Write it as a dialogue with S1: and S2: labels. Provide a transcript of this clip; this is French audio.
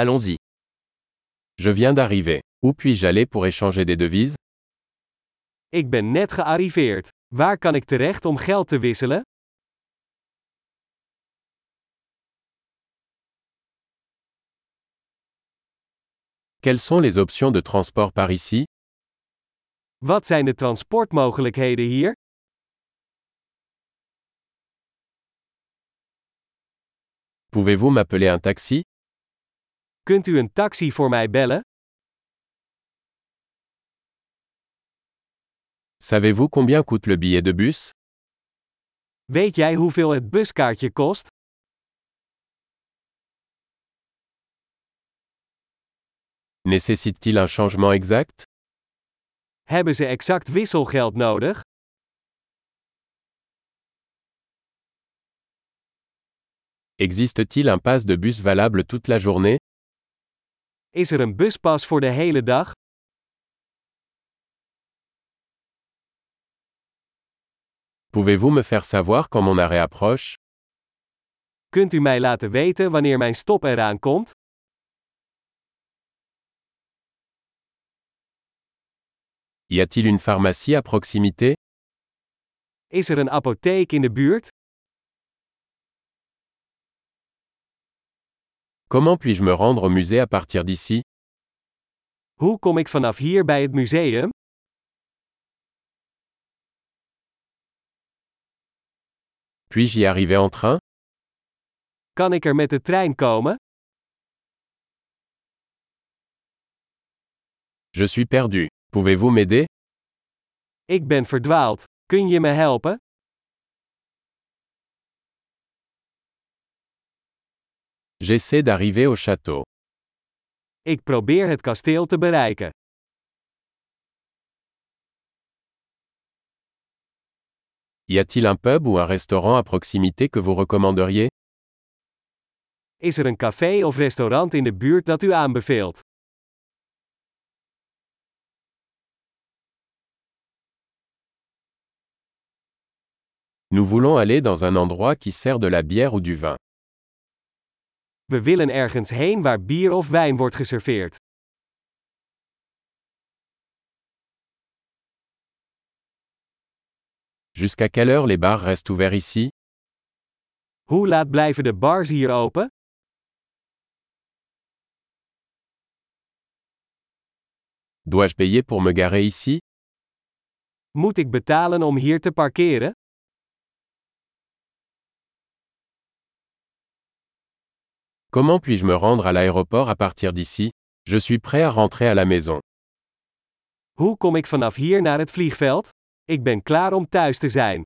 S1: Allons-y. Je viens d'arriver. Où puis-je aller pour échanger des devises
S2: Ik ben net gearriveerd. Waar kan ik terecht om geld te wisselen?
S1: Quelles sont les options de transport par ici
S2: Wat zijn de transportmogelijkheden hier?
S1: Pouvez-vous m'appeler un taxi
S2: Kunt u een taxi voor mij bellen?
S1: Savez-vous combien coûte le billet de bus
S2: Weet jij hoeveel het buskaartje kost?
S1: Nécessite-t-il un changement exact
S2: Hebben ze exact wisselgeld nodig?
S1: Existe-t-il un pass de bus valable toute la journée
S2: Is er een buspas voor de hele dag?
S1: Pouvez-vous me faire savoir quand mon arrêt approche
S2: Kunt u mij laten weten wanneer mijn stop eraan komt?
S1: Y a-t-il une pharmacie à proximité
S2: Is er een apotheek in de buurt?
S1: Comment puis-je me rendre au musée à partir d'ici
S2: Hoe kom ik vanaf hier bij het museum?
S1: Puis-je y arriver en train
S2: Kan ik er met de trein komen?
S1: Je suis perdu. Pouvez-vous m'aider
S2: Ik ben verdwaald. Kun je me helpen?
S1: J'essaie d'arriver au château.
S2: Ik probeer het kasteel te bereiken.
S1: Y a-t-il un pub ou un restaurant à proximité que vous recommanderiez
S2: Is er een café of restaurant in de buurt dat u aanbeveelt?
S1: Nous voulons aller dans un endroit qui sert de la bière ou du vin.
S2: We willen ergens heen waar bier of wijn wordt geserveerd.
S1: Jusqu'à quelle heure les bars restent ouverts ici
S2: Hoe laat blijven de bars hier open?
S1: Dois-je payer pour me garer ici
S2: Moet ik betalen om hier te parkeren?
S1: Comment puis-je me rendre à l'aéroport à partir d'ici Je suis prêt à rentrer à la maison.
S2: Hoe kom ik vanaf hier naar het vliegveld? Ik ben klaar om thuis te zijn.